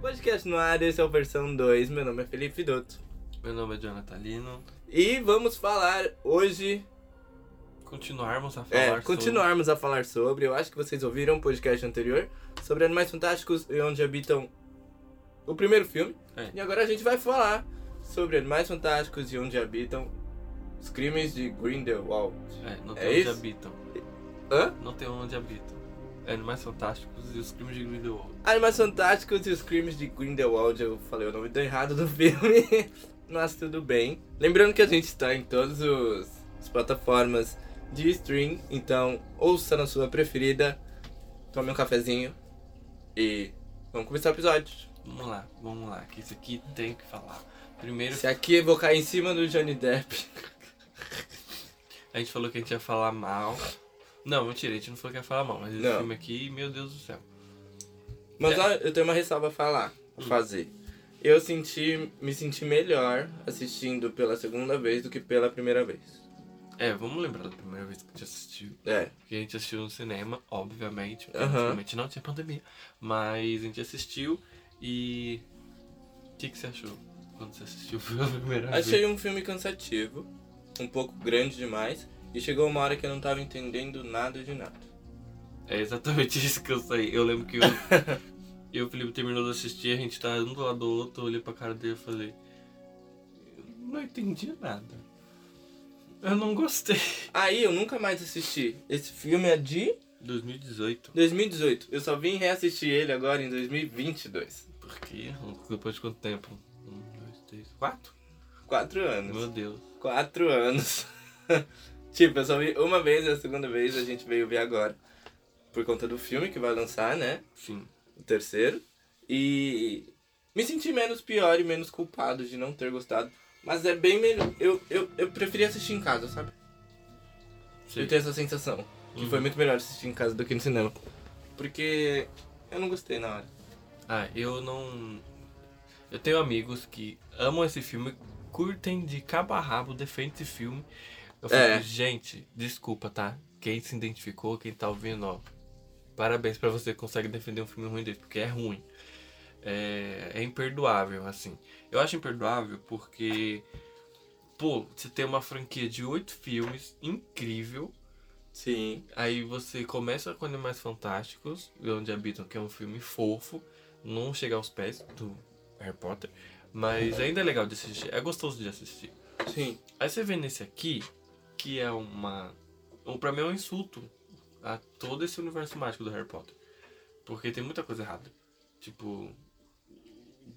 Podcast no ar, esse é o versão 2. Meu nome é Felipe Dotto. Meu nome é Jonathan Lino. E vamos falar hoje. Continuarmos a falar É, continuarmos a falar sobre. Eu acho que vocês ouviram o podcast anterior sobre Animais Fantásticos e onde habitam o primeiro filme. É. E agora a gente vai falar sobre Animais Fantásticos e onde habitam os crimes de Grindelwald. sobre... É, não tem É onde isso? habitam. Hã? Não tem onde habitam. É Animais Fantásticos e os Crimes de Grindelwald. Animais Fantásticos e os Crimes de Grindelwald. Eu falei o nome do errado do filme, mas tudo bem. Lembrando que a gente está em todas os- as plataformas de stream, então ouça na sua preferida, tome um cafezinho e vamos começar o episódio. Vamos lá, vamos lá, que isso aqui tem que falar. Primeiro, Se aqui eu vou cair em cima do Johnny Depp. a gente falou que a gente ia falar mal. Não, mentira, a gente não falou que ia falar mal, mas esse Não. filme aqui, meu Deus do céu. Mas É. ó, eu tenho uma ressalva a falar, a fazer. Eu senti, me senti melhor assistindo pela segunda vez do que pela primeira vez. É, vamos lembrar da primeira vez que a gente assistiu. É, Porque a gente assistiu no cinema, obviamente. porque Aham. Antigamente não tinha pandemia. Mas a gente assistiu e. O que, que você achou quando você assistiu pela primeira vez? Achei um filme cansativo, um pouco grande demais, e chegou uma hora que eu não tava entendendo nada de nada. É exatamente isso que eu saí. Eu lembro que eu, eu e o Felipe terminou de assistir, a gente tá um do lado do outro, eu olhei pra cara dele e falei. "Eu Não entendi nada. Eu não gostei. Aí eu nunca mais assisti. Esse filme é de 2018. 2018. Eu só vim reassistir ele agora em 2022. Porque depois de quanto tempo? Um, dois, três, quatro? Quatro Meu anos. Deus. Quatro anos. tipo, eu só vi uma vez e a segunda vez a gente veio ver agora. Por conta do filme que vai lançar, né? Sim. o terceiro. E me senti menos pior e menos culpado de não ter gostado. Mas é bem melhor. Eu, eu, eu preferi assistir em casa, sabe? Sim. Eu tenho essa sensação. Que Uhum. foi muito melhor assistir em casa do que no cinema. Porque eu não gostei na hora. Ah, eu não. Eu tenho amigos que amam esse filme, curtem de cabo a rabo, defendem esse filme. Eu falo, É. gente, desculpa, tá? Quem se identificou, quem tá ouvindo, ó. Parabéns pra você que consegue defender um filme ruim desse, porque é ruim. É, é imperdoável, assim. Eu acho imperdoável porque. Pô, você tem uma franquia de oito filmes incrível. Sim. Aí você começa com Animais Fantásticos, e Onde Habitam, que é um filme fofo, não chega aos pés do Harry Potter, mas ainda é legal de assistir, é gostoso de assistir. Sim. Aí você vê nesse aqui, que é uma. Um, pra mim é um insulto a todo esse universo mágico do Harry Potter. Porque tem muita coisa errada. Tipo.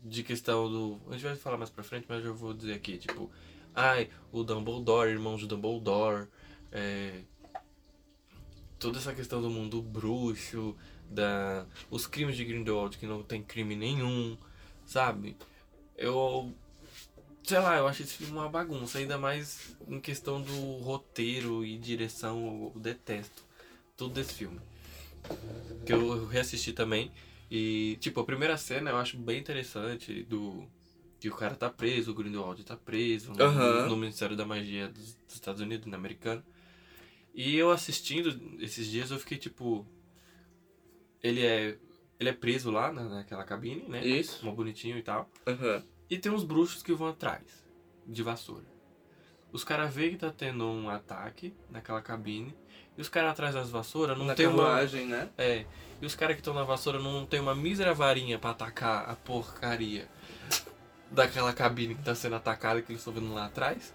De questão do. A gente vai falar mais pra frente, mas eu vou dizer aqui, tipo. Ai, o Dumbledore, irmãos de Dumbledore. É, toda essa questão do mundo bruxo, da os crimes de Grindelwald que não tem crime nenhum, sabe? Eu sei lá, eu acho esse filme uma bagunça, ainda mais em questão do roteiro e direção, eu detesto tudo desse filme. Que eu reassisti também e tipo, a primeira cena eu acho bem interessante do que o cara tá preso, o Grindelwald tá preso no- Aham. no Ministério da Magia dos dos Estados Unidos, na americana. E eu assistindo esses dias, eu fiquei tipo. Ele é. Ele é preso lá na, naquela cabine, né? Isso. Mó bonitinho e tal. Aham. E tem uns bruxos que vão atrás de vassoura. Os caras veem que tá tendo um ataque naquela cabine. E os caras atrás das vassouras não Na tem uma. carruagem, né? É. E os caras que estão na vassoura não tem uma mísera varinha pra atacar a porcaria daquela cabine que tá sendo atacada que eles estão vendo lá atrás.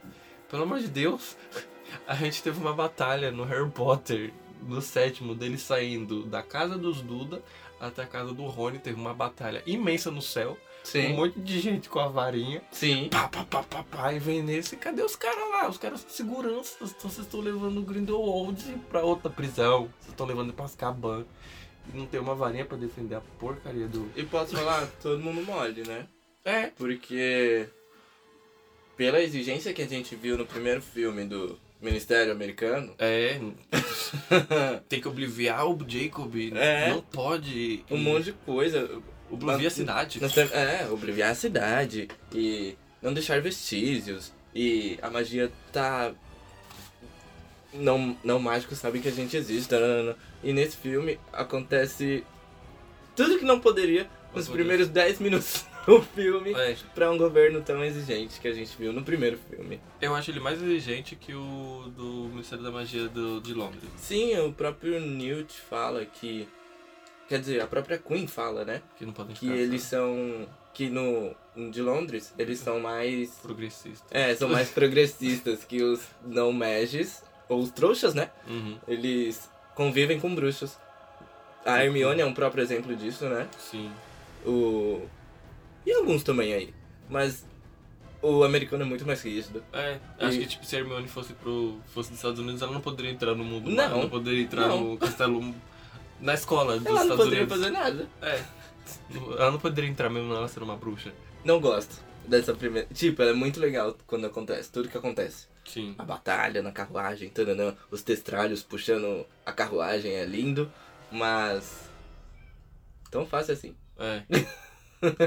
Pelo amor de Deus, a gente teve uma batalha no Harry Potter, no sétimo, dele saindo da casa dos Duda até a casa do Rony. Teve uma batalha imensa no céu. Um Sim. monte de gente com a varinha Sim. pá, pá, pá, pá, pá, e vem nesse. Cadê os caras lá? Os caras são seguranças. Então vocês estão levando o Grindelwald pra outra prisão. Vocês estão levando ele pra Azkaban. E não tem uma varinha pra defender a porcaria do. E posso falar, todo mundo mole, né? É, Porque pela exigência que a gente viu no primeiro filme do Ministério Americano, é. tem que obliviar o Jacob. É. Não pode. um monte de coisa. Oblivia a cidade. Nós temos- é, obliviar a cidade e não deixar vestígios. E a magia tá. Não, não mágicos sabem que a tá, gente existe. nananana. E nesse filme acontece tudo que não poderia nos Meu primeiros 10 minutos do filme É, pra um governo tão exigente que a gente viu no primeiro filme. eu acho ele mais exigente que o do Ministério da Magia do, de Londres. Sim, o próprio Newt fala que. Quer dizer, a própria Queen fala, né? Que não podem Que ficar eles são. Que no. De Londres, eles são mais. só progressistas. É, são mais progressistas que os não mages, ou os trouxas, né? Uhum, Eles convivem com bruxos. A Hermione é um próprio exemplo disso, né? sim. O. E alguns também aí. Mas o americano é muito mais rígido. É, acho E- que tipo, se a Hermione fosse, pro, fosse dos Estados Unidos, ela não poderia entrar no mundo. Não. Ela não poderia entrar Não. no castelo. Na escola dos Ela não Estados poderia Unidos. fazer nada. É. Ela não poderia entrar mesmo ela sendo uma bruxa. Não gosto dessa primeira. Tipo, ela é muito legal quando acontece, tudo que acontece. Sim. A batalha na carruagem, tananã, os testralhos puxando a carruagem é lindo, mas. Tão fácil assim. É.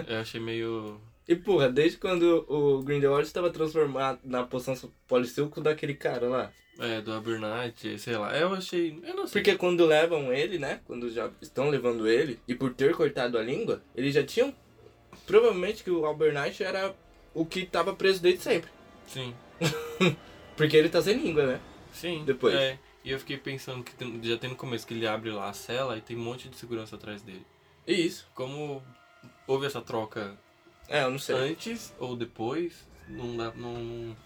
Eu achei meio. E porra, desde quando o Grindelwald estava transformado na poção policilco daquele cara lá. É, do Abernathy, sei lá. Eu achei. Eu não sei. Porque quando levam ele, né? Quando já estão levando ele, e por ter cortado a língua, eles já tinham. Provavelmente que o Albernite era o que tava preso desde sempre. Sim. Porque ele tá sem língua, né? Sim. Depois. É. E eu fiquei pensando que tem- já tem no começo que ele abre lá a cela e tem um monte de segurança atrás dele. E isso. Como houve essa troca É, eu não sei. antes ou depois, não dá, não,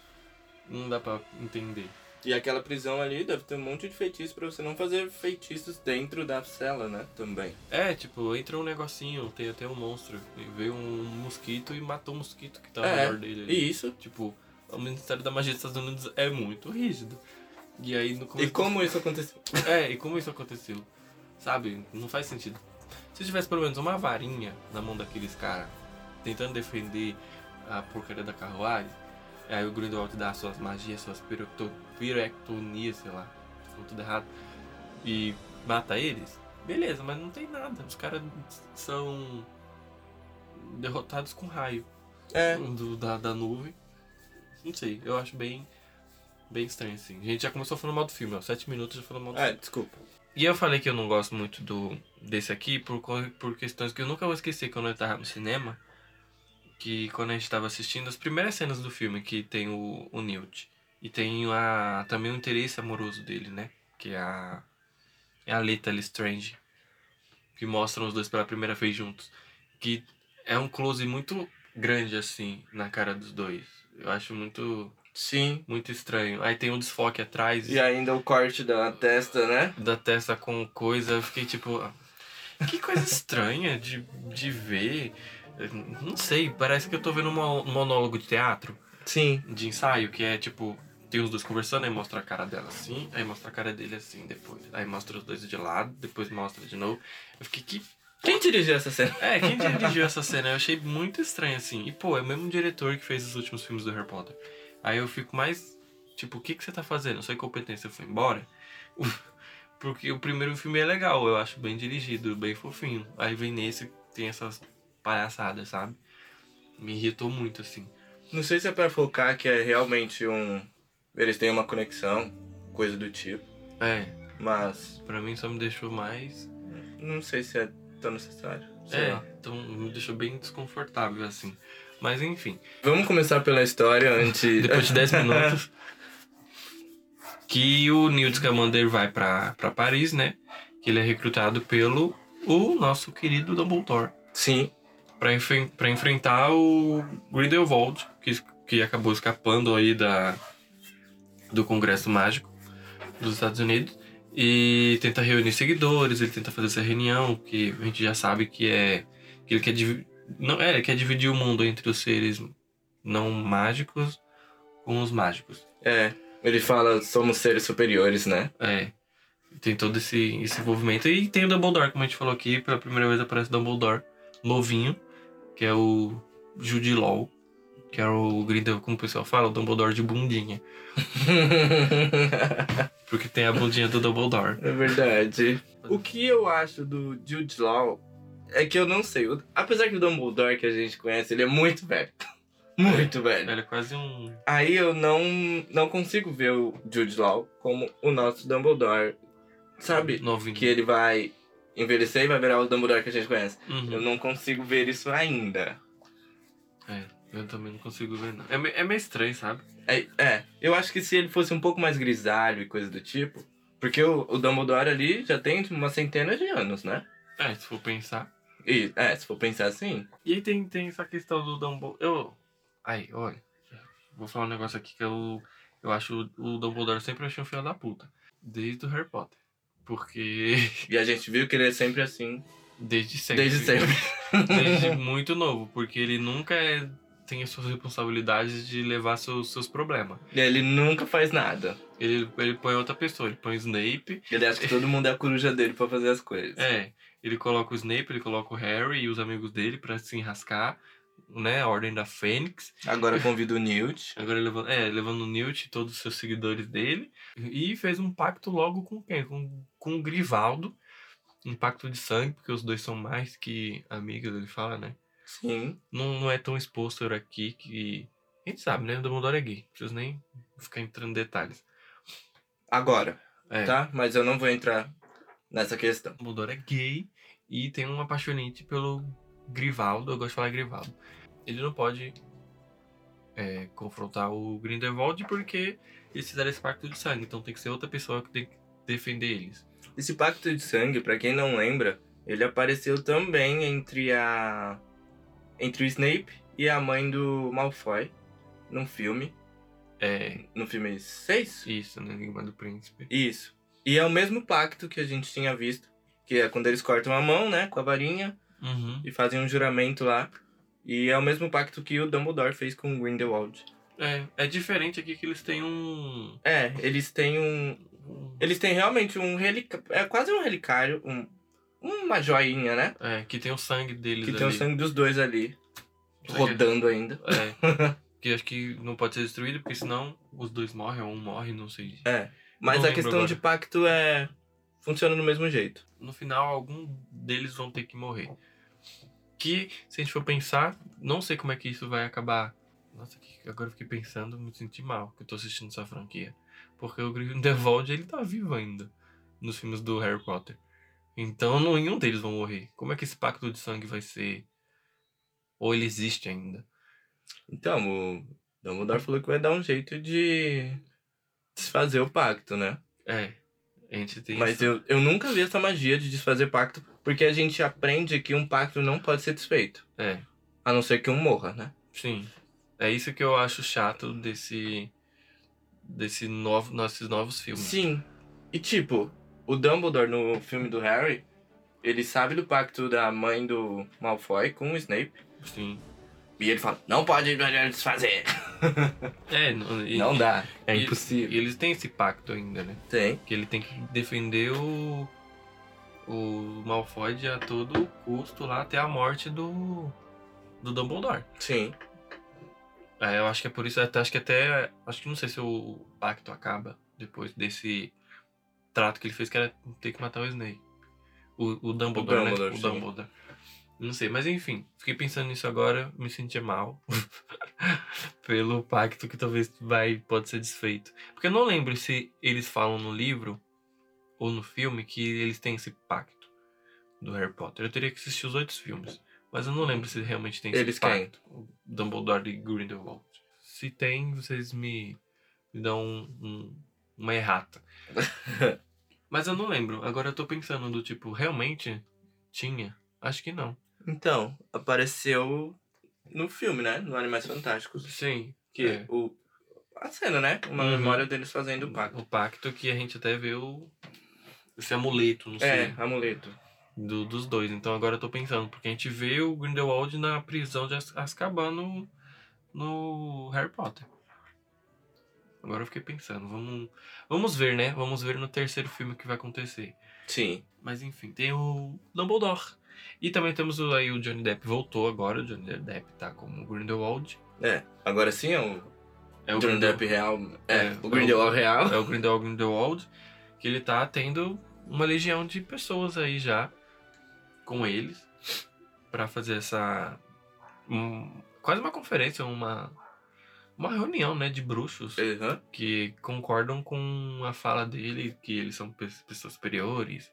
não dá pra entender. E aquela prisão ali deve ter um monte de feitiços pra você não fazer feitiços dentro da cela, né? Também. É, tipo, entra um negocinho, tem até um monstro. E veio um mosquito e matou o mosquito que tava É, ao redor dele. ali. E isso. Tipo, o Ministério da Magia dos Estados Unidos é muito rígido. E aí no E começo. como isso aconteceu? É, e como isso aconteceu? Sabe? Não faz sentido. Se tivesse pelo menos uma varinha na mão daqueles caras, tentando defender a porcaria da carruagem, aí o Grindelwald dá suas magias, suas pirocto- pirectonias, sei lá, ficou tudo errado, e mata eles, beleza, mas não tem nada. Os caras são derrotados com raio um É. do- da, da nuvem. Não sei, eu acho bem, bem estranho assim. A gente já começou falando mal do filme, ó. Sete minutos já falando mal do Ah, desculpa. e eu falei que eu não gosto muito do desse aqui por, co- por questões que eu nunca vou esquecer quando eu tava no cinema. Que quando a gente tava assistindo as primeiras cenas do filme, que tem o, o Newt. E tem a, também o interesse amoroso dele, né? Que é a, é a Little Strange. Que mostram os dois pela primeira vez juntos. Que é um close muito grande, assim, na cara dos dois. Eu acho muito, Sim. muito estranho. Aí tem um desfoque atrás E ainda o corte da testa, né? da testa com coisa, eu fiquei tipo. "Ah, Que coisa estranha de, de ver. Eu Não sei, parece que eu tô vendo um mo- monólogo de teatro, Sim. de ensaio, que é tipo. Tem os dois conversando, aí mostra a cara dela assim, aí mostra a cara dele assim depois. Aí mostra os dois de lado, depois mostra de novo. Eu fiquei, que Quem dirigiu essa cena? é, quem dirigiu essa cena? Eu achei muito estranho, assim. E, pô, é o mesmo diretor que fez os últimos filmes do Harry Potter. Aí eu fico mais, tipo, o que, que você tá fazendo? Sua incompetência foi embora? Porque o primeiro filme é legal, eu acho bem dirigido, bem fofinho. Aí vem nesse, tem essas palhaçadas, sabe? Me irritou muito, assim. Não sei se é pra focar que é realmente um. Eles têm uma conexão, coisa do tipo. É, Mas pra mim só me deixou mais não sei se é tão necessário. Sei é, lá. então me deixou bem desconfortável, assim. Mas enfim, Vamos começar pela história antes. depois de 10 minutos. que o Newt Scamander vai pra, pra Paris, né? Que ele é recrutado pelo o nosso querido Dumbledore. Sim. Pra, enfe- pra enfrentar o Grindelwald, que, es- que acabou escapando aí da, do Congresso Mágico dos Estados Unidos. E tenta reunir seguidores, ele tenta fazer essa reunião, que a gente já sabe que é. Que ele quer dividir. Não, é, ele quer dividir o mundo entre os seres não mágicos com os mágicos. É. Ele fala, somos seres superiores, né? É. Tem todo esse, esse envolvimento. E tem o Dumbledore, como a gente falou aqui, pela primeira vez aparece o Dumbledore novinho, que é o Jude Law, que é o Grindel, como o pessoal fala, o Dumbledore de bundinha. Porque tem a bundinha do Dumbledore. é verdade. O que eu acho do Jude Law é que eu não sei. O- Apesar que o Dumbledore que a gente conhece, ele é muito velho. Muito velho. Ele é quase um. Aí eu não, não consigo ver o Jude Law como o nosso Dumbledore. Sabe? Novinho. Que ele vai envelhecer e vai virar o Dumbledore que a gente conhece. Uhum. Eu não consigo ver isso ainda. É, eu também não consigo ver, não. É, me- é meio estranho, sabe? É, é, eu acho que se ele fosse um pouco mais grisalho e coisa do tipo. Porque o, o Dumbledore ali já tem uma centena de anos, né? É, se for pensar. E, é, se for pensar assim. E aí tem, tem essa questão do Dumbledore. Eu. Aí, olha. Vou falar um negócio aqui que eu. Eu acho o o Dumbledore sempre achei um filho da puta. Desde o Harry Potter. Porque. E a gente viu que ele é sempre assim. Desde sempre. Desde sempre. Desde muito novo. Porque ele nunca é- tem as suas responsabilidades de levar seus, seus problemas. E ele nunca faz nada. Ele, ele põe outra pessoa, ele põe o Snape, Ele acha que todo mundo é a coruja dele pra fazer as coisas. É, ele coloca o Snape, ele coloca o Harry e os amigos dele pra se enrascar, né? A Ordem da Fênix. Agora convida o Newt. Agora ele levando, é, levando o Newt e todos os seus seguidores dele. E fez um pacto logo com quem? Com, com o Grivaldo. Um pacto de sangue, porque os dois são mais que amigos, ele fala, né? Sim. Não, não é tão exposto eu aqui que. A gente sabe, né? O Dumbledore é gay. Não preciso nem ficar entrando em detalhes. Agora, É. tá? Mas eu não vou entrar nessa questão. Dumbledore é gay e tem uma apaixonite pelo Grivaldo, eu gosto de falar Grivaldo. Ele não pode é, confrontar o Grindelwald porque eles fizeram esse pacto de sangue, então tem que ser outra pessoa que tem que defender eles. Esse pacto de sangue, pra quem não lembra, ele apareceu também entre a. Entre o Snape e a mãe do Malfoy. Num filme. É, No filme 6? isso, no Enigma do Príncipe. Isso. E é o mesmo pacto que a gente tinha visto. Que é quando eles cortam a mão, né? Com a varinha. Uhum. E fazem um juramento lá. E é o mesmo pacto que o Dumbledore fez com o Grindelwald. É, é diferente aqui que eles têm um. É, eles têm um. um- Eles têm realmente um relicário. É quase um relicário. Um, uma joinha, né? É, que tem o sangue deles Que ali. tem o sangue dos dois ali. Isso aqui é- Rodando ainda. É. Que acho que não pode ser destruído, porque senão os dois morrem, ou um morre, não sei. É. Mas Não a lembro questão de pacto é. Funciona do mesmo jeito. no final algum deles vão ter que morrer. Que, se a gente for pensar, não sei como é que isso vai acabar. Nossa, que- agora eu fiquei pensando, me senti mal que eu tô assistindo essa franquia. Porque o Grindelwald, ele tá vivo ainda nos filmes do Harry Potter. Então nenhum deles vão morrer. Como é que esse pacto de sangue vai ser? Ou ele existe ainda? Então, o Dumbledore falou que vai dar um jeito de desfazer o pacto, né? É, a gente tem Mas essa- eu, eu nunca vi essa magia de desfazer pacto, porque a gente aprende que um pacto não pode ser desfeito. É, A não ser que um morra, né? Sim. É isso que eu acho chato desse. desse novo, nossos novos filmes. Sim. E tipo, o Dumbledore no filme do Harry, ele sabe do pacto da mãe do Malfoy com o Snape. Sim. E ele fala, não pode desfazer. É, não, e- não dá. É e- impossível. E eles têm esse pacto ainda, né? Tem. Que ele tem que defender o. o Malfoy de a todo custo lá até a morte do. do Dumbledore. Sim. É, eu acho que é por isso, até- acho que até. Acho que não sei se o pacto acaba depois desse trato que ele fez, que era ter que matar o Snape. O, o Dumbledore, Dumbledore, né? O sim. Dumbledore. Não sei, mas enfim, fiquei pensando nisso agora, me senti mal. pelo pacto que talvez vai, pode ser desfeito. Porque eu não lembro se eles falam no livro ou no filme que eles têm esse pacto do Harry Potter. Eu teria que assistir os outros filmes. Mas eu não lembro se realmente tem esse Eles pacto. quem? O Dumbledore e Grindelwald. Se tem, vocês me, me dão um- um- uma errata. Mas eu não lembro. Agora eu tô pensando do tipo, realmente tinha? Acho que não. Então, apareceu no filme, né? No Animais Fantásticos. Sim. Que É. o. A cena, né? Uma Uhum. memória deles fazendo o pacto. O pacto que a gente até vê o. Esse amuleto, não sei. É, amuleto. do- dos dois. Então agora eu tô pensando, porque a gente vê o Grindelwald na prisão de Az- Azkaban no, no Harry Potter. Agora eu fiquei pensando, vamos, vamos ver, né? Vamos ver no terceiro filme o que vai acontecer. Sim. Mas enfim, tem o Dumbledore. E também temos o- aí o Johnny Depp voltou agora, o Johnny Depp tá como Grindelwald. É. Agora sim é o É Johnny Grindel- Depp real. É, É, o Grindelwald real. é o Grindelwald Grindelwald, que ele tá tendo uma legião de pessoas aí já com eles pra fazer essa um- quase uma conferência, uma uma reunião, né, de bruxos Aham. que concordam com a fala dele, que eles são pe- pessoas superiores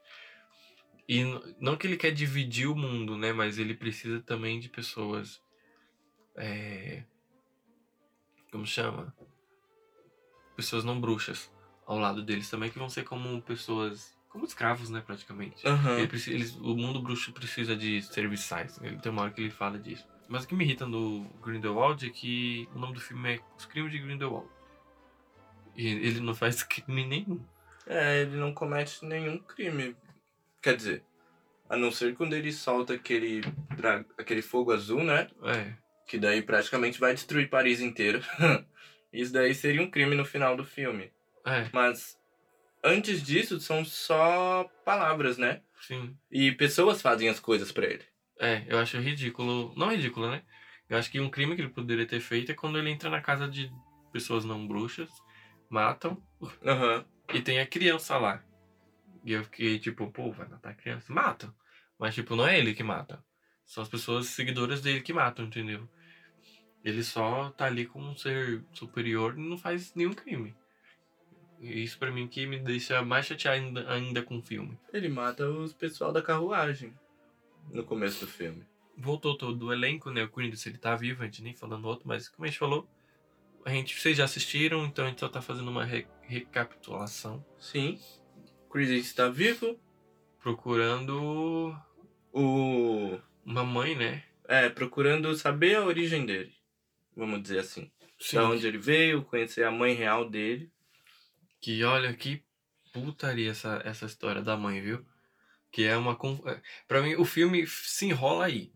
E n- não que ele quer dividir o mundo, né? Mas ele precisa também de pessoas. É... Como chama? Pessoas não bruxas ao lado deles também, que vão ser como pessoas. Como escravos, né? Praticamente. Aham. Ele precisa, eles- o mundo bruxo precisa de serviçais. Ele tem uma hora que ele fala disso. Mas o que me irrita no Grindelwald é que o nome do filme é Os Crimes de Grindelwald. E ele não faz crime nenhum. É, ele não comete nenhum crime. Quer dizer, a não ser quando ele solta aquele, dra- aquele fogo azul, né? É. Que daí praticamente vai destruir Paris inteiro. Isso daí seria um crime no final do filme. É, Mas antes disso, são só palavras, né? sim. E pessoas fazem as coisas pra ele. É, eu acho ridículo. Não ridículo, né? Eu acho que um crime que ele poderia ter feito é quando ele entra na casa de pessoas não bruxas, matam, Aham. e tem a criança lá. E eu fiquei tipo, pô, vai matar a criança? Mata. Mas, tipo, não é ele que mata. São as pessoas seguidoras dele que matam, entendeu? Ele só tá ali como um ser superior e não faz nenhum crime. E isso pra mim que me deixa mais chateado ainda, ainda com o filme. Ele mata os pessoal da carruagem no começo do filme. Voltou todo o elenco, né? O Corinthians, ele tá vivo, a gente nem falando outro, mas como a gente falou, a gente, vocês já assistiram, então a gente só tá fazendo uma re- recapitulação. Sim. Chris está vivo. Procurando O. uma mãe, né? É, procurando saber a origem dele. Vamos dizer assim. Sim. Da onde ele veio, conhecer a mãe real dele. Que olha que putaria essa, essa história da mãe, viu? Que é uma. conf- é, Pra mim, o filme se enrola aí.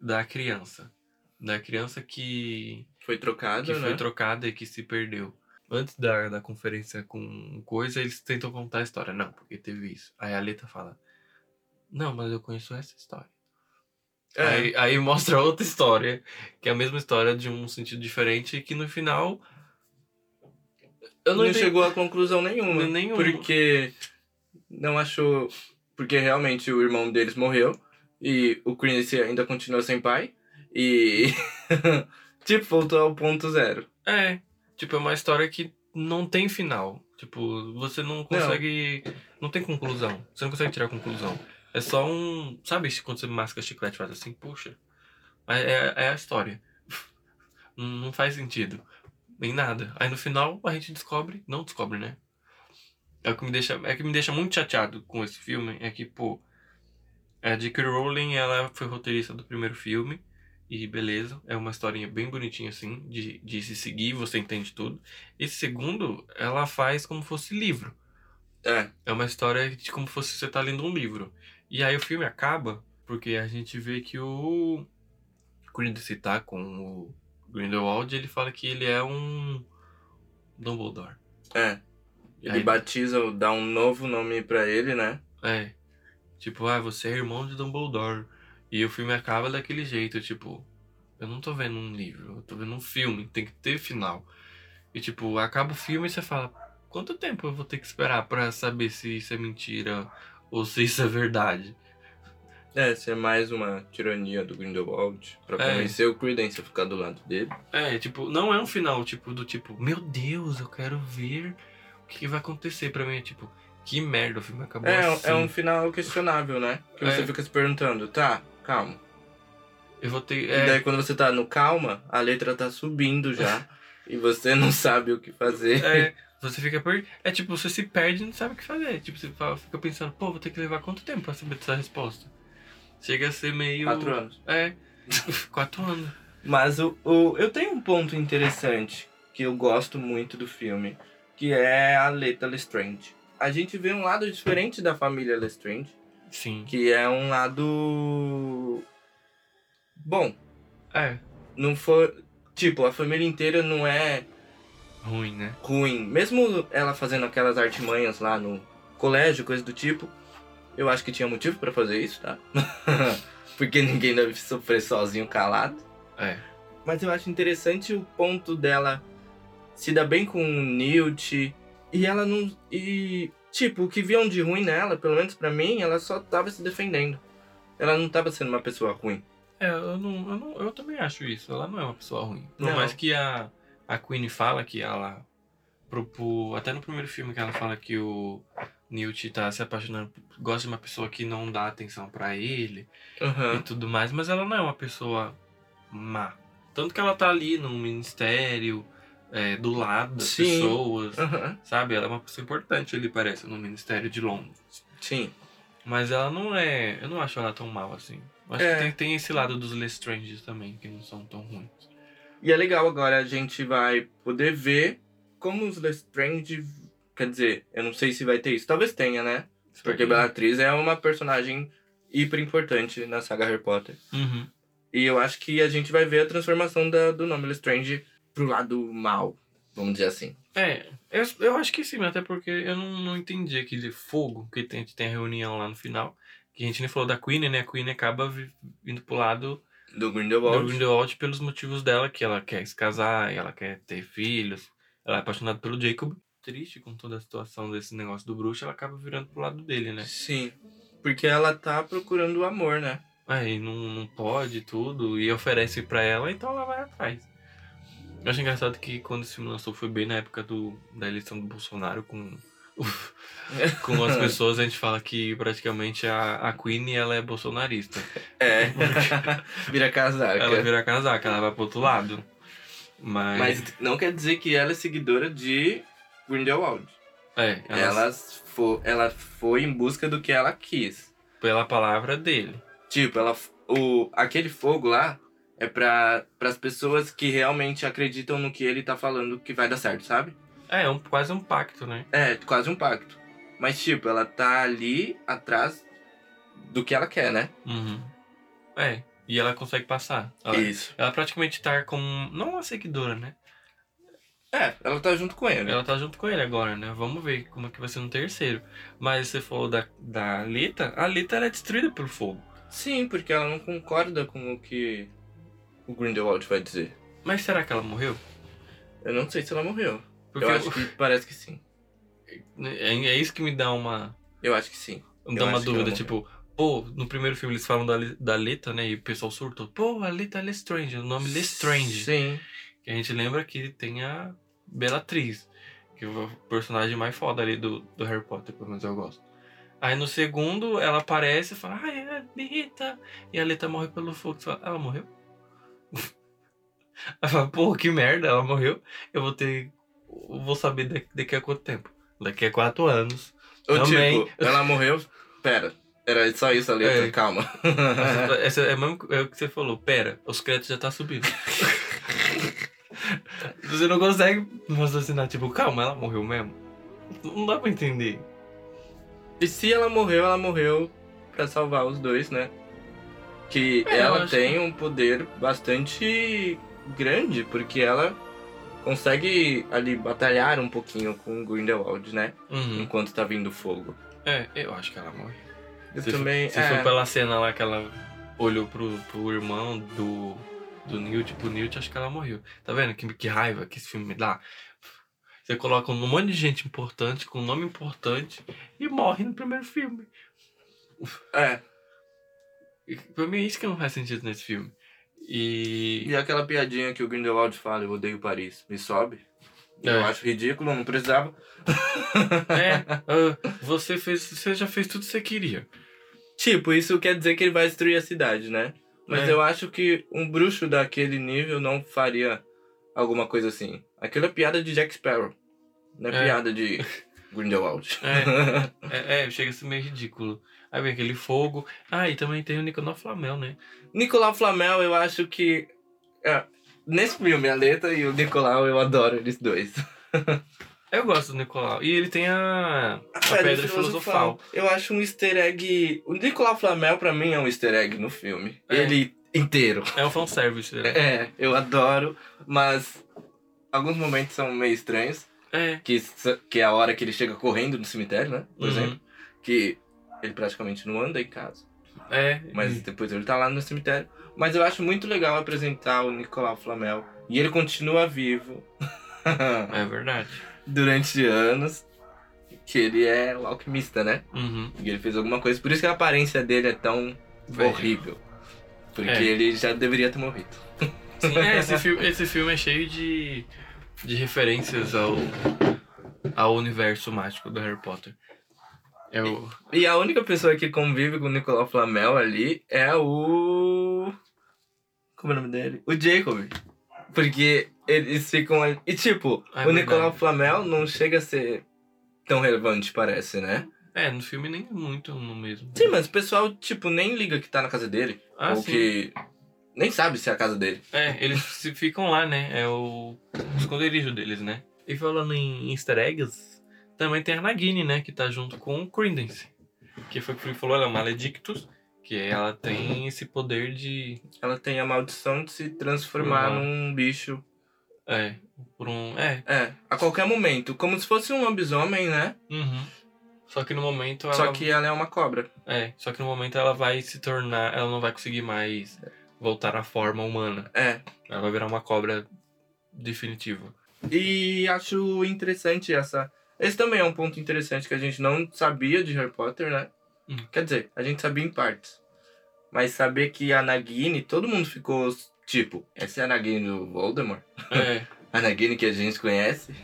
Da criança. Da criança que, Foi trocado, que né? foi trocada e que se perdeu. Antes da, da conferência com coisa, eles tentam contar a história. Não, porque teve isso. Aí a Leta fala: Não, mas eu conheço essa história. É, Aí, aí mostra outra história, que é a mesma história de um sentido diferente, e que no final. Eu não, entendi- chegou a conclusão nenhuma. Nenhuma. Porque não achou. Porque realmente o irmão deles morreu. E o Chris ainda continua sem pai. E. tipo, voltou ao ponto zero. É, tipo, é uma história que não tem final. Tipo, você não consegue. Não, tem conclusão. Você não consegue tirar conclusão. É só um. Sabe quando você masca chiclete e faz assim? Puxa. É, é, é a história. Não não faz sentido. Em nada. Aí no final a gente descobre. Não descobre, né? É o que me deixa, é o que me deixa muito chateado com esse filme. É que, pô. A J.K. Rowling, ela foi roteirista do primeiro filme. E beleza, é uma historinha bem bonitinha assim, de, de se seguir, você entende tudo. Esse segundo, ela faz como fosse livro. É. É uma história de como fosse você tá lendo um livro. E aí o filme acaba, porque a gente vê que o Corinthians tá com o Grindelwald, ele fala que ele é um Dumbledore. É. E Ele aí- batiza, dá um novo nome pra ele, né? É. Tipo, ah, você é irmão de Dumbledore. E o filme acaba daquele jeito, tipo, eu não tô vendo um livro, eu tô vendo um filme, tem que ter final. E tipo, acaba o filme e você fala, quanto tempo eu vou ter que esperar pra saber se isso é mentira ou se isso é verdade? É, ser mais uma tirania do Grindelwald pra É. convencer o Credence a ficar do lado dele. É, tipo, não é um final, tipo, do tipo, meu Deus, eu quero ver o que vai acontecer pra mim. É tipo, que merda, o filme acabou É, assim. é um final questionável, né? Que você É. fica se perguntando, tá, calma. Eu vou ter. E É, daí quando você tá no calma, a letra tá subindo já. e você não sabe o que fazer. É, você fica perdido. É tipo, você se perde e não sabe o que fazer. Tipo, você fa- fica pensando, pô, vou ter que levar quanto tempo pra saber dessa resposta? Chega a ser meio. Quatro anos. É. Quatro anos. Mas o, o, eu tenho um ponto interessante que eu gosto muito do filme, que é a Leta Lestrange. A gente vê um lado diferente da família Lestrange, Sim. que é um lado bom. É. Não foi tipo a família inteira não é Ruim, né? ruim. Mesmo ela fazendo aquelas artimanhas lá no colégio, coisa do tipo, eu acho que tinha motivo pra fazer isso, tá? Porque ninguém deve sofrer sozinho calado. É. Mas eu acho interessante o ponto dela se dar bem com o Newt. E ela não. E. Tipo, o que viam de ruim nela, pelo menos pra mim, ela só tava se defendendo. Ela não tava sendo uma pessoa ruim. É, eu não, eu não. Eu também acho isso. Ela não é uma pessoa ruim. Por Não. mais que a, a Queen fala que ela propôs. Até no primeiro filme que ela fala que o Newt tá se apaixonando, gosta de uma pessoa que não dá atenção pra ele e Aham. tudo mais, mas ela não é uma pessoa má. Tanto que ela tá ali num ministério, é, do lado das Sim. pessoas, Aham. sabe? Ela é uma pessoa importante ali, parece, no ministério de Londres. Sim. Mas ela não é. Eu não acho ela tão mal assim. Eu acho É. que tem, tem esse lado dos Lestrange também, que não são tão ruins. E é legal agora a gente vai poder ver como os Lestrange. Quer dizer, eu não sei se vai ter isso. Talvez tenha, né? Porque Bellatrix é uma personagem hiper importante na saga Harry Potter. Uhum. E eu acho que a gente vai ver a transformação da- do nome Lestrange pro lado mal, vamos dizer assim. É, eu, eu acho que sim, até porque eu não, não entendi aquele fogo que tem, tem a reunião lá no final. Que a gente nem falou da Queen, né? A Queen acaba vi- indo pro lado Do do Grindelwald. Grindelwald pelos motivos dela, que ela quer se casar, e ela quer ter filhos, ela é apaixonada pelo Jacob. Triste com toda a situação desse negócio do bruxo, ela acaba virando pro lado dele, né? Sim. Porque ela tá procurando o amor, né? Aí não, não pode tudo e oferece pra ela, então ela vai atrás. Eu acho engraçado que quando esse filme lançou foi bem na época do, da eleição do Bolsonaro com, com as pessoas, a gente fala que praticamente a, a Queen ela é bolsonarista. É. Vira casaca. Ela vira casaca, ela vai pro outro lado. é. Mas, Mas não quer dizer que ela é seguidora de Grindelwald. é, ela, Ela, fo- ela foi em busca do que ela quis. pela palavra dele. Tipo, ela, f- o, aquele fogo lá é pra, pras pessoas que realmente acreditam no que ele tá falando que vai dar certo, sabe? É, é um, quase um pacto, né? É, quase um pacto. Mas, tipo, ela tá ali atrás do que ela quer, né? Uhum. É, e ela consegue passar. Ela, Isso. ela praticamente tá como. Não uma seguidora, né? É, ela tá junto com ele. Ela tá junto com ele agora, né? Vamos ver como é que vai ser no terceiro. Mas você falou da, da Lita. A Lita ela é destruída pelo fogo. Sim, porque ela não concorda com o que o Grindelwald vai dizer. Mas será que ela morreu? Eu não sei se ela morreu. Porque Eu acho que parece que sim. é, é isso que me dá uma, Eu acho que sim. me Eu dá uma acho que ela dúvida. morreu. Tipo, pô, no primeiro filme eles falam da, Li- da Lita, né? E o pessoal surtou. Pô, a Lita é Lestrange. O nome Lestrange. Sim. Que a gente lembra que tem a Bellatrix. Que é o personagem mais foda ali do, do Harry Potter, pelo menos eu gosto. Aí no segundo, ela aparece e fala, ah, é a Lita. E a Lita morre pelo fogo. Você fala, ela morreu? Ela fala, pô, que merda, ela morreu. Eu vou ter. eu vou saber da- daqui a quanto tempo. Daqui a quatro anos. Ou Também. tipo, ela morreu. Pera, era só isso a letra, É. calma. Essa, essa é mesmo é o que você falou. Pera, os créditos já tá subindo. você não consegue raciocinar, tipo, calma, ela morreu mesmo. Não dá pra entender. e se ela morreu, ela morreu pra salvar os dois, né? Que É, eu ela acho tem um poder bastante grande, porque ela consegue ali batalhar um pouquinho com o Grindelwald, né? Uhum. Enquanto tá vindo fogo. É, eu acho que ela morreu. Eu Se for- também. Se é. for pela cena lá que ela olhou pro, pro irmão do, do Newt, pro Newt, acho que ela morreu. Tá vendo que, que raiva que esse filme me dá? Você coloca um monte de gente importante, com um nome importante, e morre no primeiro filme. É. E Pra mim é isso que não faz sentido nesse filme. E. E aquela piadinha que o Grindelwald fala, eu odeio Paris, me sobe. É. Eu acho ridículo, não precisava. É, ah, você, fez, você já fez tudo que você queria. Tipo, isso quer dizer que ele vai destruir a cidade, né? Mas É. eu acho que um bruxo daquele nível não faria alguma coisa assim. Aquilo é piada de Jack Sparrow. Não é, É. piada de Grindelwald. É. É, é, chega a ser meio ridículo. Aí vem aquele fogo. Ah, e também tem o Nicolau Flamel, né? Nicolau Flamel, eu acho que. é, nesse filme, a Leta e o Nicolau, eu adoro eles dois. Eu gosto do Nicolau. E ele tem a. A Pedra Filosofal. Eu acho um easter egg. O Nicolau Flamel, pra mim, é um easter egg no filme. É. Ele inteiro. É um fanservice, né? É, eu adoro, mas alguns momentos são meio estranhos. É. que, s- que é a hora que ele chega correndo no cemitério, né? Por Uhum. exemplo. Que ele praticamente não anda em casa. É. Mas depois ele tá lá no cemitério. Mas eu acho muito legal apresentar o Nicolau Flamel. E ele continua vivo É verdade. durante anos. Que ele é o alquimista, né? Uhum. E ele fez alguma coisa. Por isso que a aparência dele é tão Velho. horrível. Porque É. ele já deveria ter morrido. Sim, é, esse, filme, esse filme é cheio de, de referências ao, ao universo mágico do Harry Potter. É o. E a única pessoa que convive com o Nicolau Flamel ali é o. Como é o nome dele? O Jacob. Porque eles ficam ali. E tipo, Ah, é o verdade. Nicolau Flamel não chega a ser tão relevante, parece, né? É, no filme nem é muito no mesmo. Sim, mas o pessoal, tipo, nem liga que tá na casa dele. Ah, ou sim. que. Nem sabe se é a casa dele. É, eles se ficam lá, né? É o esconderijo deles, né? E falando em easter eggs, também tem a Nagini, né? Que tá junto com o Credence. Que foi o que o Felipe falou, ela é Maledictus. Que ela tem esse poder de... Ela tem a maldição de se transformar Uhum. num bicho. É, por um... É, É, a qualquer momento. Como se fosse um lobisomem, né? uhum. Só que no momento ela... Só que ela é uma cobra. É, só que no momento ela vai se tornar... Ela não vai conseguir mais voltar à forma humana. É. Ela vai virar uma cobra definitiva. E acho interessante essa. Esse também é um ponto interessante que a gente não sabia de Harry Potter, né? Hum. Quer dizer, a gente sabia em partes. Mas saber que a Nagini, todo mundo ficou tipo, essa é a Nagini do Voldemort? É, A Nagini que a gente conhece?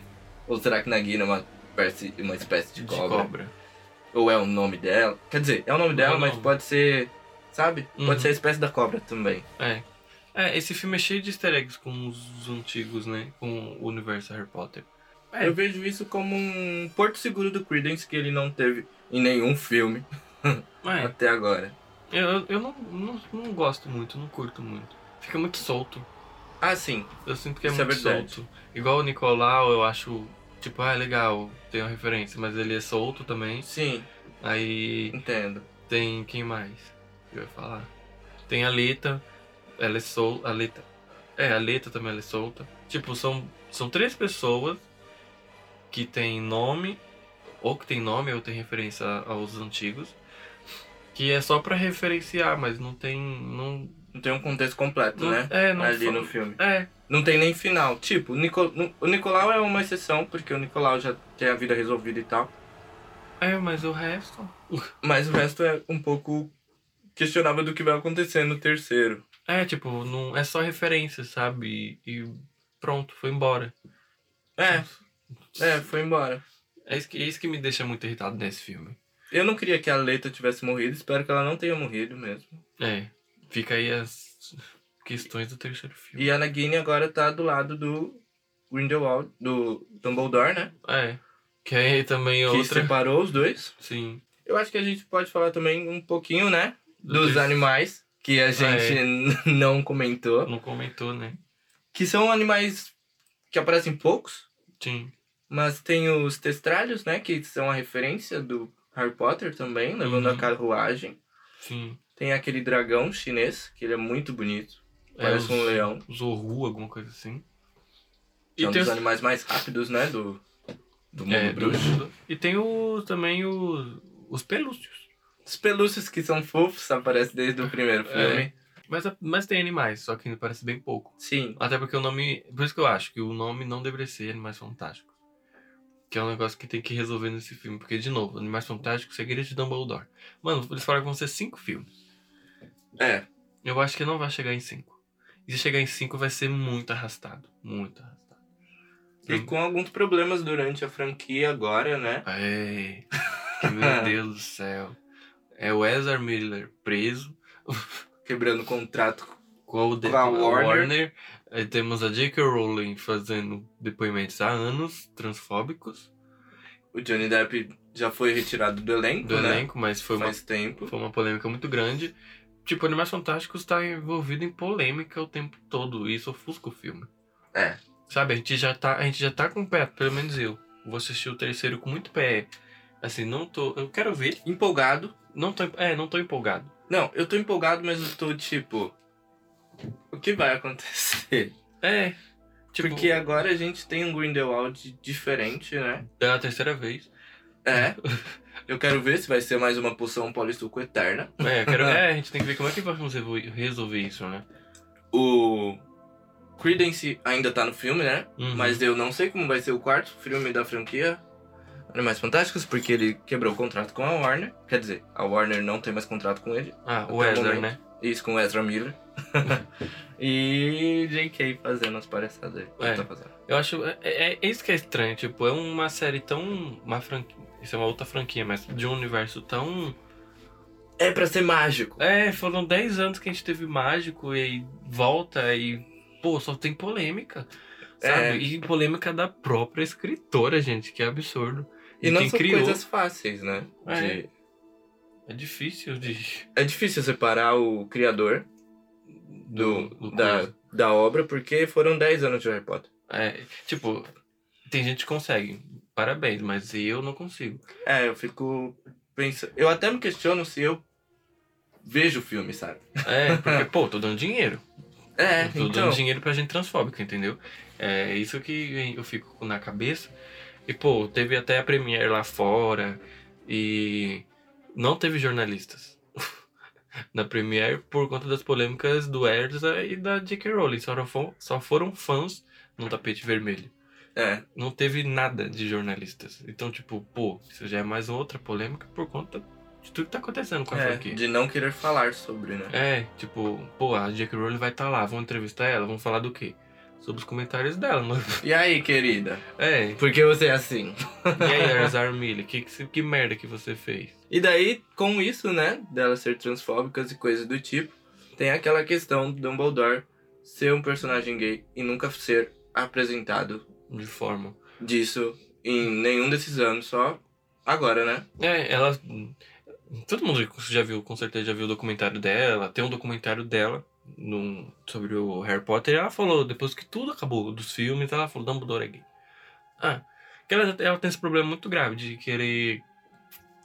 Ou será que Nagini é uma espécie, uma espécie de, de cobra? cobra. Ou é o nome dela? Quer dizer, é o nome Não é dela, o mas nome. pode ser, sabe? Uhum. Pode ser a espécie da cobra também. É. É, esse filme é cheio de easter eggs com os antigos, né? Com o universo Harry Potter. É. Eu vejo isso como um porto seguro do Credence que ele não teve em nenhum filme Mas até agora. eu, eu não, não, não gosto muito, não curto muito. Fica muito solto. Ah, sim. Eu sinto que é Isso é muito verdade. solto. Igual o Nicolau, eu acho, tipo, ah, legal, tem uma referência, mas ele é solto também. Sim, Aí entendo. tem quem mais? Eu ia falar. Tem a Leta, ela é solta. A Leta. É, a Leta também ela é solta. Tipo, são, são três pessoas que tem nome, ou que tem nome, ou tem referência aos antigos. Que é só pra referenciar, mas não tem. Não, Não tem um contexto completo, não- né? É, não Ali fa- no filme. É, Não tem nem final. Tipo, o, Nico... o Nicolau é uma exceção, porque o Nicolau já tem a vida resolvida e tal. é, mas o resto. Mas o resto é um pouco questionável do que vai acontecer no terceiro. É, tipo, não, é só referência, sabe? E, e pronto, foi embora. É, é, foi embora. É isso, que, é isso que me deixa muito irritado nesse filme. Eu não queria que a Leta tivesse morrido, espero que ela não tenha morrido mesmo. É, fica aí as questões do terceiro filme. E a Nagini agora tá do lado do Grindelwald, do Dumbledore, né? É, que aí também é Que outra... separou os dois. Sim. Eu acho que a gente pode falar também um pouquinho, né? Do Dos ter- animais que Ah, a gente é. não comentou. Não comentou, né? Que são animais que aparecem poucos, Sim. mas tem os testralhos, né? Que são a referência do Harry Potter também, levando Uhum. a carruagem. Sim. Tem aquele dragão chinês, que ele é muito bonito. É, Parece um os- leão. Zorro, alguma coisa assim. Que é um tem dos os- animais mais rápidos, né? Do, do mundo é, do- bruxo. do- E tem o, também os, os pelúcios. Os pelúcios que são fofos aparecem desde o É. primeiro filme. Mas, a- mas tem animais, só que parece bem pouco. Sim. Até porque o nome... Por isso que eu acho que o nome não deveria ser Animais Fantásticos. Que é um negócio que tem que resolver nesse filme. Porque, de novo, Animais Fantásticos, Segredos de Dumbledore. Mano, eles falaram que vão ser cinco filmes. É. Eu acho que não vai chegar em 5. E se chegar em 5 vai ser muito arrastado. Muito arrastado. E Uhum. com alguns problemas durante a franquia agora, né? Ai, É. que meu Deus do céu. É o Ezra Miller preso quebrando o contrato. com o de- Com a Warner. Aí temos a J.K. Rowling fazendo depoimentos há anos transfóbicos O Johnny Depp já foi retirado do elenco, do né? elenco, mas foi uma, Faz tempo. foi uma polêmica muito grande. Tipo, Animais Fantásticos está envolvido em polêmica o tempo todo. E isso ofusca o filme. É. Sabe, a gente já tá, a gente já tá com o pé, pelo menos eu. Vou assistir o terceiro com muito pé. Assim, não tô. Eu quero ver. Empolgado. Não tô. em- É, não tô empolgado. Não, eu tô empolgado, mas eu tô tipo. O que vai acontecer? É. Tipo, Porque é- agora a gente tem um Grindelwald diferente, né? é a terceira vez. É. Eu quero ver se vai ser mais uma poção polissuco eterna. É, eu quero, é, a gente tem que ver como é que vamos revo- resolver isso, né? O. Credence ainda tá no filme, né? Uhum. Mas eu não sei como vai ser o quarto filme da franquia Animais Fantásticos, porque ele quebrou o contrato com a Warner. Quer dizer, a Warner não tem mais contrato com ele. Ah, o até o Ezra, momento. né? Isso com Ezra Miller. e JK fazendo as palhaçadas. dele. É. Tá fazendo. Eu acho. É, é- é isso que é estranho, tipo, é uma série tão. Uma franquia. Isso é uma outra franquia, mas de um universo tão. É pra ser mágico. É, foram 10 anos que a gente teve mágico e aí volta e. Pô, só tem polêmica. Sabe? É. E polêmica da própria escritora, gente, que é absurdo. E não quem são criou. coisas fáceis, né? É. De- É difícil de. É difícil separar o criador do, da, coisa. da obra, porque foram 10 anos de Harry Potter. É, tipo, tem gente que consegue. Parabéns, mas eu não consigo. É, eu fico pensando. Eu até me questiono se eu vejo o filme, sabe? É, porque, pô, tô dando dinheiro. É, Eu tô então. dando dinheiro pra gente transfóbica, entendeu? É isso que eu fico na cabeça. E, pô, teve até a Premiere lá fora e não teve jornalistas na Premiere por conta das polêmicas do Erza e da J.K. Rowling. Só foram, só foram fãs no tapete vermelho. É, Não teve nada de jornalistas. Então, tipo, pô, isso já é mais outra polêmica por conta de tudo que tá acontecendo com a é, franquia. de não querer falar sobre, né? É, tipo, pô, a J.K. Rowling vai estar lá, vão entrevistar ela, vão falar do quê? Sobre os comentários dela, mano. E aí, querida? É, e Por que você é assim? aí, Arzar Miller, que, que, se- que merda que você fez? E daí, com isso, né, delas ser transfóbicas e coisas do tipo, tem aquela questão do Dumbledore ser um personagem gay e nunca ser apresentado De forma. disso em nenhum desses anos, só agora, né? É, ela. Todo mundo já viu, com certeza já viu o documentário dela, tem um documentário dela num- sobre o Harry Potter, e ela falou, depois que tudo acabou dos filmes, ela falou, Dumbledore é gay. Ah, que ela, ela tem esse problema muito grave de querer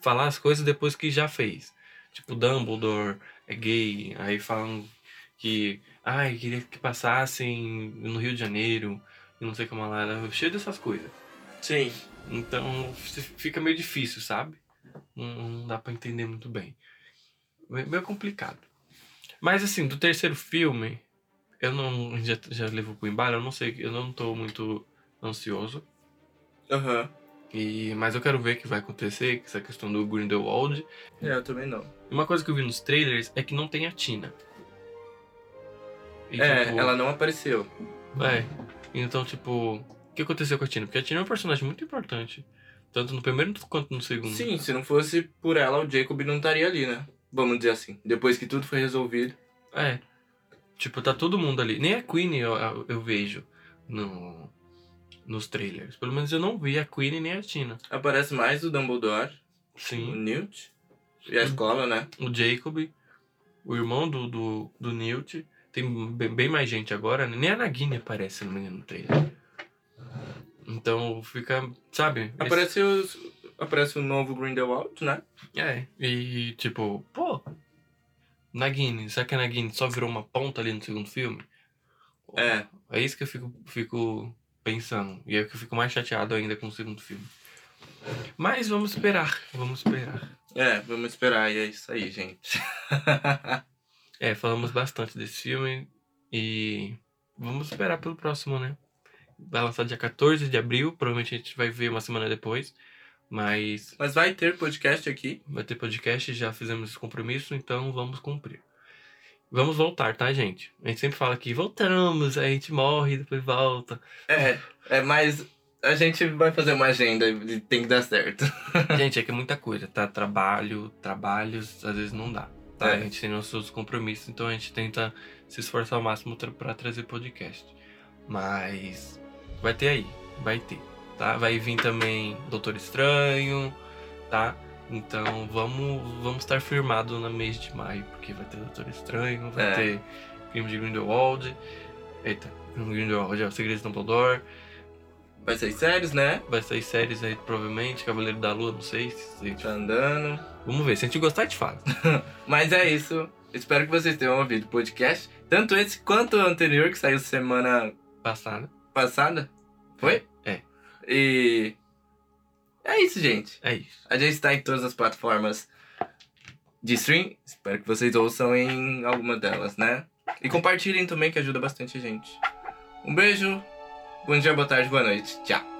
falar as coisas depois que já fez. Tipo, Dumbledore é gay, aí falam que, ai, queria que passassem no Rio de Janeiro, e não sei como lá, ela- cheio dessas coisas. Sim. Então f- fica meio difícil, sabe? Não, não dá pra entender muito bem. Me- Meio complicado. Mas assim, do terceiro filme, eu não. Já, já levou pro embalo, eu não sei, eu não tô muito ansioso. Aham. E, mas eu quero ver o que vai acontecer, com essa questão do Grindelwald. É, eu também não. E Uma coisa que eu vi nos trailers é que não tem a Tina. E, é, tipo, ela não apareceu. É. Então, tipo, o que aconteceu com a Tina? Porque a Tina é um personagem muito importante. Tanto no primeiro quanto no segundo. Sim, se não fosse por ela, o Jacob não estaria ali, né? Vamos dizer assim. Depois que tudo foi resolvido. É. Tipo, tá todo mundo ali. Nem a Queen eu, eu- eu vejo no, nos trailers. Pelo menos eu não vi a Queen nem a Tina. Aparece mais o Dumbledore, o Sim. Hum. Newt e a escola, né? O Jacob, o irmão do, do, do Newt. Tem bem, bem mais gente agora. né? Nem a Nagini aparece no menino no trailer. Então fica, sabe? Esse- Aparece, os, aparece o novo Grindelwald, né? É. E tipo, pô. Nagini, será que a Nagini só virou uma ponta ali no segundo filme? É, É isso que eu fico, fico pensando. E é que eu fico mais chateado ainda com o segundo filme. Mas vamos esperar, vamos esperar. é, vamos esperar, e é isso aí, gente. É, falamos bastante desse filme e vamos esperar pelo próximo, né? Vai lançar dia 14 de abril, provavelmente a gente vai ver uma semana depois. Mas Mas vai ter podcast aqui. vai ter podcast, já fizemos esse compromisso, então vamos cumprir. Vamos voltar, tá, gente? A gente sempre fala que voltamos, aí a gente morre, depois volta. É, é, mas a gente vai fazer uma agenda e tem que dar certo. Gente, é que é muita coisa, tá? Trabalho, trabalhos, às vezes não dá. Tá? É. A gente tem nossos compromissos, então a gente tenta se esforçar ao máximo tra- pra trazer podcast. Mas vai ter aí, vai ter, tá? Vai vir também Doutor Estranho, tá? Então vamos, vamos estar firmado no mês de maio, porque vai ter Doutor Estranho, vai É. ter filme de Grindelwald. Eita, filme de Grindelwald é o Segredo de Dumbledore. Vai ser sérios, né? Vai sair séries aí, provavelmente. Cavaleiro da Lua, não sei. se a gente- Tá andando. Vamos ver. Se a gente gostar, a gente fala. Mas é isso. Espero que vocês tenham ouvido o podcast. Tanto esse quanto o anterior, que saiu semana Passada. passada. Foi? É. E. É isso, gente. É isso. A gente tá em todas as plataformas de stream. Espero que vocês ouçam em alguma delas, né? E compartilhem também, que ajuda bastante a gente. Um beijo. Bom dia, boa tarde, boa noite. Tchau.